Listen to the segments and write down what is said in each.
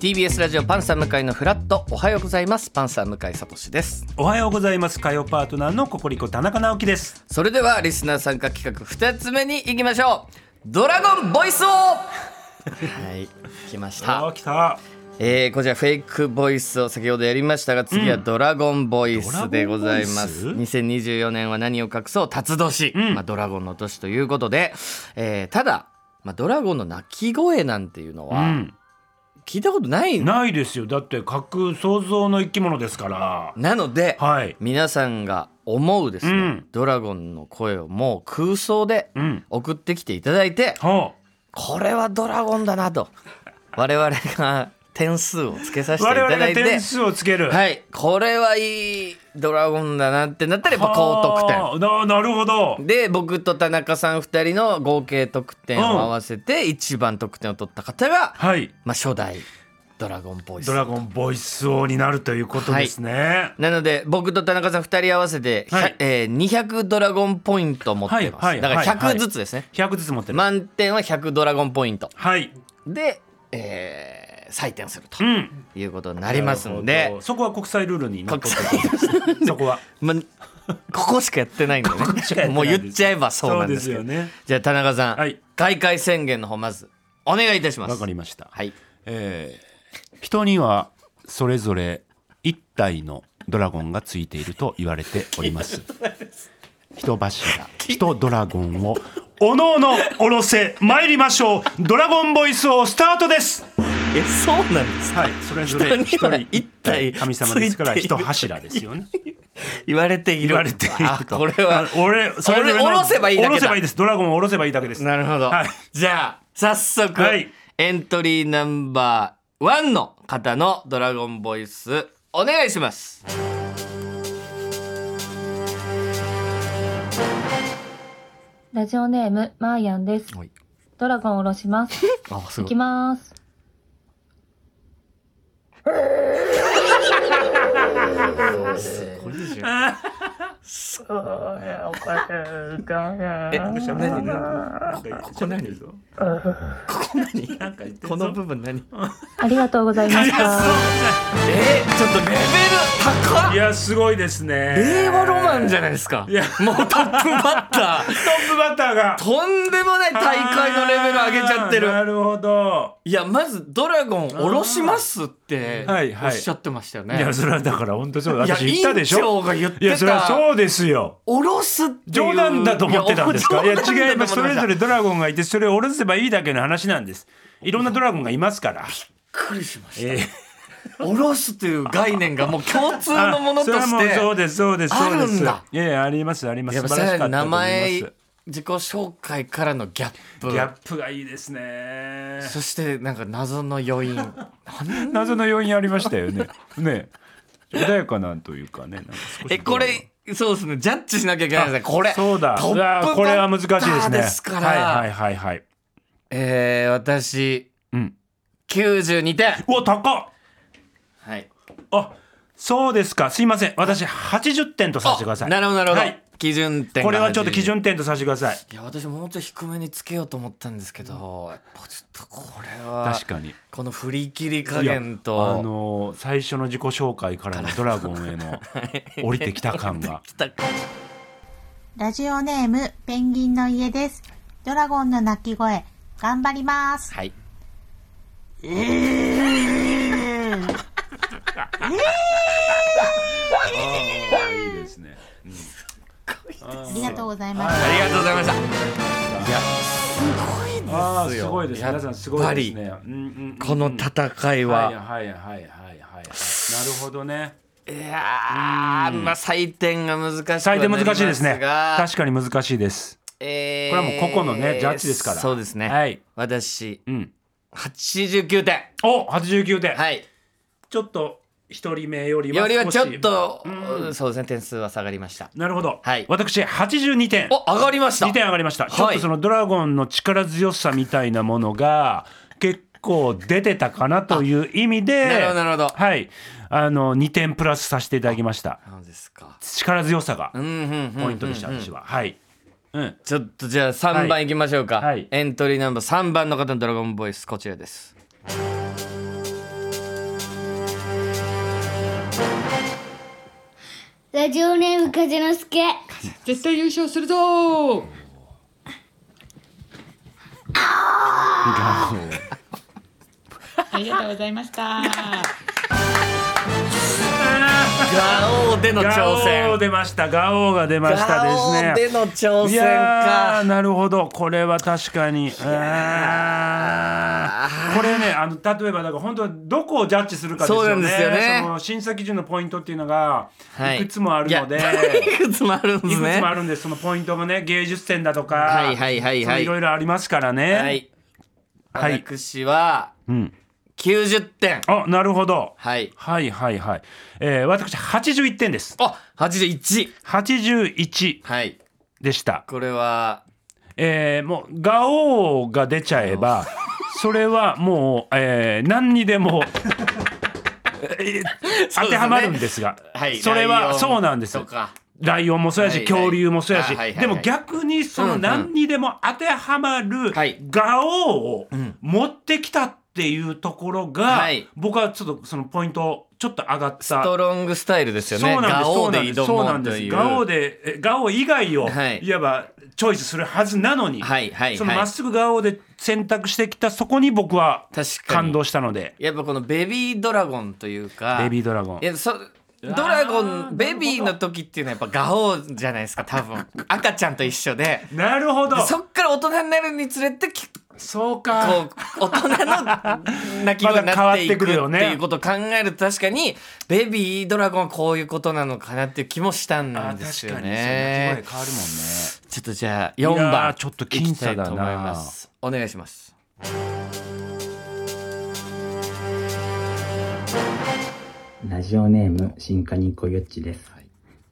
TBS ラジオパンサー向井のフラットおはようございますパンサー向井聡ですおはようございます火曜パートナーのココリコ田中直樹ですそれではリスナー参加企画2つ目に行きましょうドラゴンボ イスをはい来ましあたー、来た えーこちらフェイクボイスを先ほどやりましたが次はドラゴンボイスでございます、ドラゴンボイ2024年は何を隠そう辰年、まあ、ドラゴンの年ということで、えーただ、まあ、ドラゴンの鳴き声なんていうのは、うん聞いたことないなないですよだって架空想像の生き物ですからので、はい皆さんが思うですね、うんドラゴンの声をもう空想でうん送ってきていただいて、はこれはドラゴンだな と我々が点数をつけさあせてい我々たがだいて点。数をつける、はい、これはいいドラゴンだなってなったらやっぱ高得点はあななるほどで僕と田中さん2人の合計得点を合わせて一番得点を取った方が、はいまあ、初代ドラゴンボイスドラゴンボイス王になるということですね、なので僕と田中さん2人合わせて、はいひゃえー200ドラゴンポイントを持ってます、はいはいだからはい100ずつですね、 100ずつ持ってる、満点は100ドラゴンポイントはいで、えー採点するとうんいうことになりますのなるでほどそこは国際ルールにのっとって国 そこはま、ここしかやってないんでねここしかやってもなういです言っちゃえばそうなんですけどそうですよねじゃあ田中さん、はい開会宣言の方まずお願いいたしますわかりましたはいえー人にはそれぞれ一体のドラゴンがついていると言われております 人柱人ドラゴンをおのおのおろせ参りましょうドラゴンボイスをスタートですえそうなんですはいそれぞれ一人には人一一体体神様ですからついている人柱ですよね言われている言われているとあこれはあ俺それぞれの俺おろせばいいだけだおろせばいいですドラゴンをおろせばいいだけですなるほど、はいじゃあ早速、はいエントリーナンバーワンの方のドラゴンボイスお願いしますラジオネーム、マーヤンです。はいドラゴンおろします。あすいきます。え何何こここ何ここ 何この部分何ありがとうございました。えー、ちょっとレベル高っいやすごいですね令和ロマンじゃないですかやもうトップバッター トップバッターがとんでもない大会のレベル上げちゃってあーなるるほどいやまず「ドラゴン下ろします」ってあーはいおはっいしゃってましたよね、いやそれはだから本当そういや私言ったでし委員長ょが言ってたいやそれはそうですよ下ろすっていう冗談だと思ってたんですかいや冗談だ違いまとすそ思ってましたれぞれドラゴンがいてそれを下ろせばいいだけの話なんですいろんなドラゴンがいますからびっくりしましたえー 下ろすという概念がもう共通のものとあしそれはもうそうてですそうですそうですあるんだいやいやありますありますやっ素ぱ晴らしかさったらにと思名いま前す自己紹介からのギャップギャップがいいですねそしてなんか謎の余韻 なん謎の要因ありましたよねね穏やかなんというかねなんか少しえこれそうですねジャッジしなきゃいけないですねこれそうだトップうわーこれは難しいでバッタすーねですから、はいはいはいはいえー、私うん92点うわ高っはいあそうですかすいません私80点とさせてくださいあなるほどなるほど、はい基準点がこれはちょっと80基準点とさせてくださいいや私もうちょい低めにつけようと思ったんですけどやっぱちょっとこれはにこの振り切り加いやあ減とのー最初の自己紹介からのドラゴンへ の降りてきた感がきたラジオネーム、ペンギンの家です。ドラゴンの鳴き声、頑張ります。はいいいですねありがとうございまあす。りがとうございましたああですすよごいです皆さんすごいですねうんうんうんこの戦いはいはいは、はいはいはいはいなるほどねいやーまあ採点が難しい採点難しいですねが確かに難しいですえこれはもう個々のねジャッジですからそうですね、はい私うん89点お89点はいちょっと一人目よりよはりはちょ少っしと、そうですね点数は下がりましたなるほど、はい私82点お上がりました2点上がりました、いちょっとそのドラゴンの力強さみたいなものが結構出てたかなという意味でなるほどなるほどはいあの2点プラスさせていただきましたなんですか力強さがうんうんうんうんポイントでした、私ははい、うん、ちょっとじゃあ3は番いいきましょうか、はいエントリーナンバー3番の方のドラゴンボイスこちらですラジオネーム風のすけ絶対優勝するぞありがとうございました。ガオーでの挑ガオー戦出ましたガオーが出ましたガですオーねでの挑い戦やーかなるほどこれは確かにあーこれねあの例えばだから本当はどこをジャッジするかですよそねうなんですよねその審査基準のポイントっていうのがはいいくつもあるので、いやいくつもあるんでい、すくつねもあるんですそのポイントもね芸術点だとか、はいはいはいはいそのろいろありますからね、はいはい私はうん、 90点あなるほどはいはいはいはい、えー、私81点ですあ81 81はいでしたこれはえー、もうガオーが出ちゃえばそれはもう、えー、何にでもえー当てはまるんですがはいそれライオはンそうなんですとかライオンもそうやし、はいはい恐竜もそうやし、あはいはいはいでも逆にそうんのうん何にでも当てはまるはいガオーをん持ってきたっていうところが、はい僕はちょっとそのポイントちょっと上がったストロングスタイルですよねそうなんですガオーでそう挑なんむでとすいうガオーでえガオー以外を、はいい、わばチョイスするはずなのに、はいはいはいそのまっすぐガオーで選択してきたそこに僕は確かに感動したのでやっぱこのベビードラゴンというかベイビードラゴンいやそドラゴなるほンどベビーの時っていうのはやっぱガオーじゃないですか多 分赤ちゃんと一緒でなるほどでそっから大人になるにつれてきこそううか大人の泣き声にまだ変なわっってていくくるよねっていうことを考えると確かにベビードラゴンはこういうことなのかなっていう気もしたんあーです確よかにそう鳴ねき声変わるもんねちょっとじゃあ4いや番ーちょっと僅行き差だなたいと思いますお願いしますラジオネーム、進化ニコヨッチです。い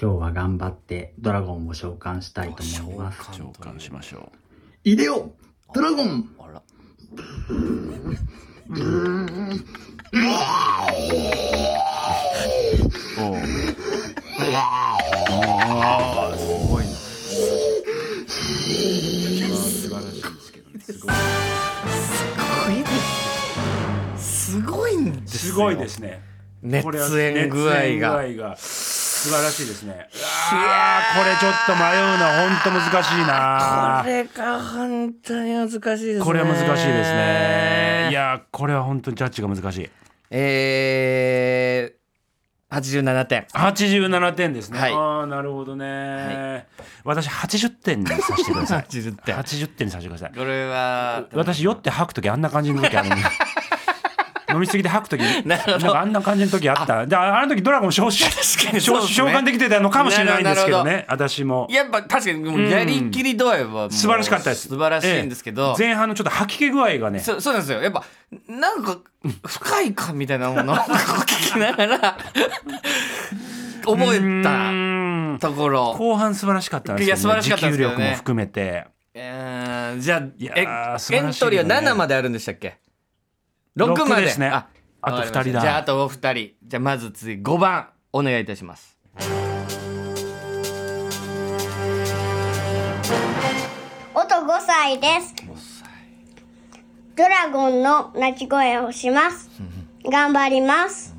今日は頑張ってドラゴンを召喚したいと思います。召召喚しましょいでよドラゴンあらうおうあーすごいな素晴らしいですけどねすごいすごいんですすよごいですねこれは熱演具合が熱演具合が素晴らしいですねいやーこれちょっと迷うな本当難しいなこれが本当に難しいですねこれは難しいですねいやーこれは本当にジャッジが難しいえー、87点87点ですね、はいああなるほどね、私80点にさせてください80点80点にさせてくださいこれは私酔って吐く時あんな感じの時ある んで飲みすぎて吐く時ななるほどんかあんな感じの時あったでああの時ドラゴン召喚確かに召そうですね召喚できてたのかもしれないんですけどなね私もやっぱ確かにもうやりきり度合いはもう素晴らしかったです素晴らしいんですけど、ええ前半のちょっと吐き気具合がねそそうなんですよやっぱなんか深い感みたいなものを 聞きながら覚うえたーんところ後半素晴らしかったんですいや素晴らしかったで持す久けどね力も含めてえーじゃあいやえー素晴らしいエよねントリーは7まであるんでしたっけ6ま六でですねああとわかりました二人だじゃああとお二人じゃあまず次5番お願いいたします音5歳ですドラゴンの鳴き声をします頑張ります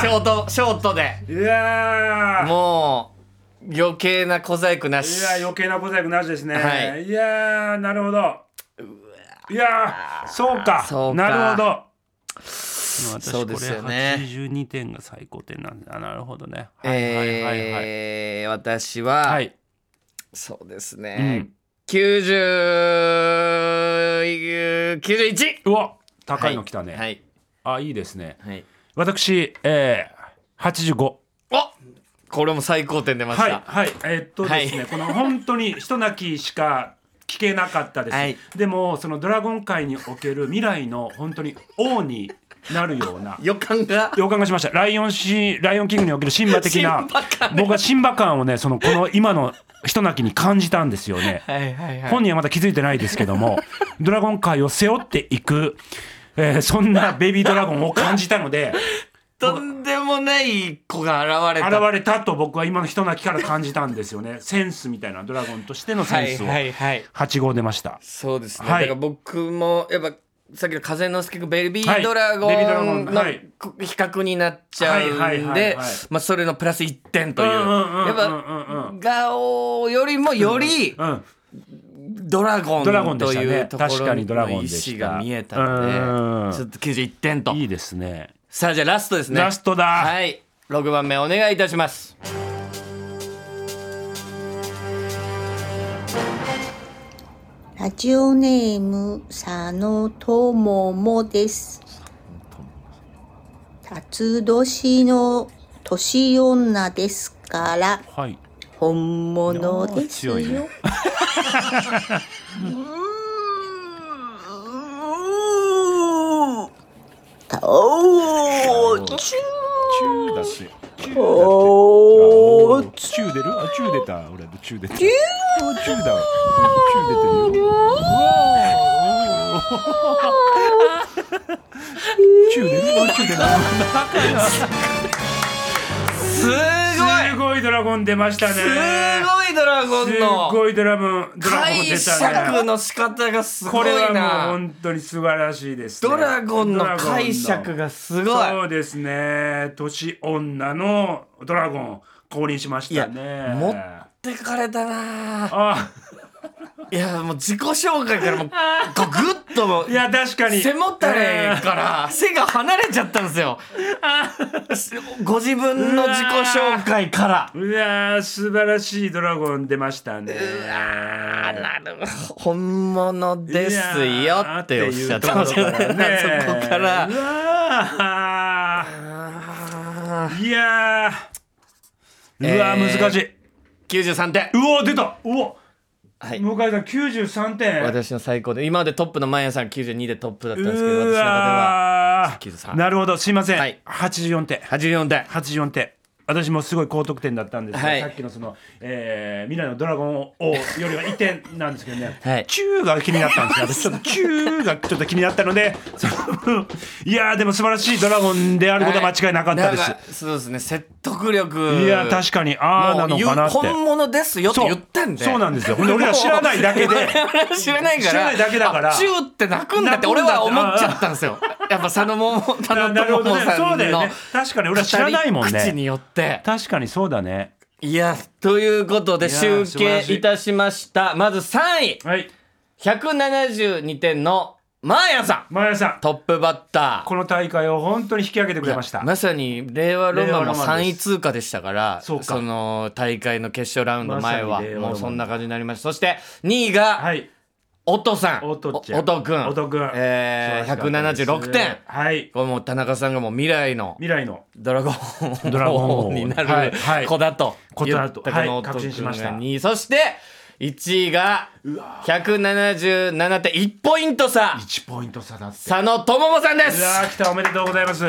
ショートショートでいやーもう余計な小細工なしいや余計な小細工なしですね、はいい、やーなるほどいやーそうかそうかなるほどそうですよね私これ82点が最高点なんだなるほどねはいはいはいはい、えー私は、はいそうですうね、ん、 90 91うわ高いの来たね、はいあいいですねはい私、えー、85おこれも最高点出ましはいた、はいえーっとですね、はい この本当に人なきしか聞けなかったです、はいでもそのドラゴン界における未来の本当に王になるような予感が予感がしましたライオンシライオンキングにおけるシンバ的シンなバ感ね僕はシンバ感をねそのこの今の人なきに感じたんですよね、はいはいはい本人はまだ気づいてないですけどもドラゴン界を背負っていく、えーそんなベビードラゴンを感じたのでとんでもない子が現れた現れたと僕は今の人なきから感じたんですよね センスみたいなドラゴンとしてのセンスをはいはいはい8号出ましたそうですね、はいだから僕もやっぱさっきの風之助君ベビはーいドラゴベビードラゴンンのはいこ比較になっちゃはういんはいはいではいまあそれのプラス1点といううんうんうんうんうんやっぱ顔よりもよりうん、ドラゴドラゴンンでとしたねいうとこ確かろにドラゴのンでした石が見えたのうんでちょっと91点といいですねさあじゃあラストですねラストだ、はい6番目お願いいたしますラジオネーム佐野智もです。辰年の年女ですからはい本物ですよ。いやー強いねおー中だしおー中出るあ中出た俺中出た中中だ中出てるよ中出るあ中出たすごいすごいドラゴン出ましたねすごいドラゴンすのごいドラゴンドラゴン出解たね釈の仕方がすこごれいはもうな本当に素晴らしいです、ね、ドラゴンのドラゴンの解釈がすごいそうですね年女のドラゴン降臨しましたね持ってかれたなあいやもう自己紹介からもうこうグッともい や確かに背もたれうんから背が離れちゃったんです よご自分の自己紹介からうわー素晴らしいドラゴン出ましたね本物ですいよやーっておっしゃってましたねっていうところからねそこからうわあーいやーうわえーー難しい、ー93点うお出たうおはい向井さん93点私の最高で今までトップのマヤさん92でトップだったんですけど私のう中ではわ93ーなるほどすいません、はい84点84点84点私もすごい高得点だったんですけど、はいさっきのその、えー、未来のドラゴンをよりは1点なんですけどね、はい中が気になったんですよ私ちょっと中がちょっと気になったので そのいやーでも素晴らしいドラゴンであることは間違いなかったです、はいなんかそうですね説得力い、やー確かにああなもうのかなって言う本物ですよって言ったんでそうなんですよほんで俺ら知らないだけ で知らないから知らないだけだからあチューって泣くんだって俺は思っちゃったんです よやっぱ佐野桃佐な野なるほ智子どねさそうんだよのね確かに俺は知らないもん語り口にねよって確かにそうだねいやということでいや集素晴計らしいいたしましたまず3位はい172点のマーヤさんマヤさんトップバッターこの大会を本当に引き上げてくれましたまさに令和ロマンも令和ロマン3で位す通過でしたからそうかの大会の決勝ラウンド前まはさに令和ロマもンうそんな感じになりましたそして2位が、はいおとさん。おとちゃんおとくん。おとくんえー、素晴らしかったです176点。はいこれもう田中さんがもう未来の未来のドラゴンドラゴン王になはるいはい子だと子言だっとたこのはいおとく確信しんがました2位そして1位が177.1ポイント差1ポイント差だって佐野智子さんでうすわー来たおめでとうございます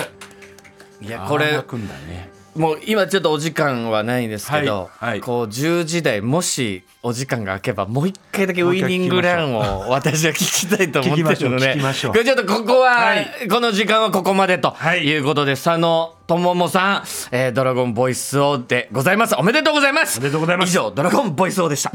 いやこれくんだねもう今ちょっとお時間はないんですけど、はいはいこう10時台もしお時間が空けばもう一回だけウイニングランを私は聞きたいと思ってるので聞きましょう聞きましょうこれちょっとここは、はいこの時間はここまでとはいいうことで、佐野智もさん、えードラゴンボイス王でございますおめでとうございますおめでとうございます以上ドラゴンボイス王でした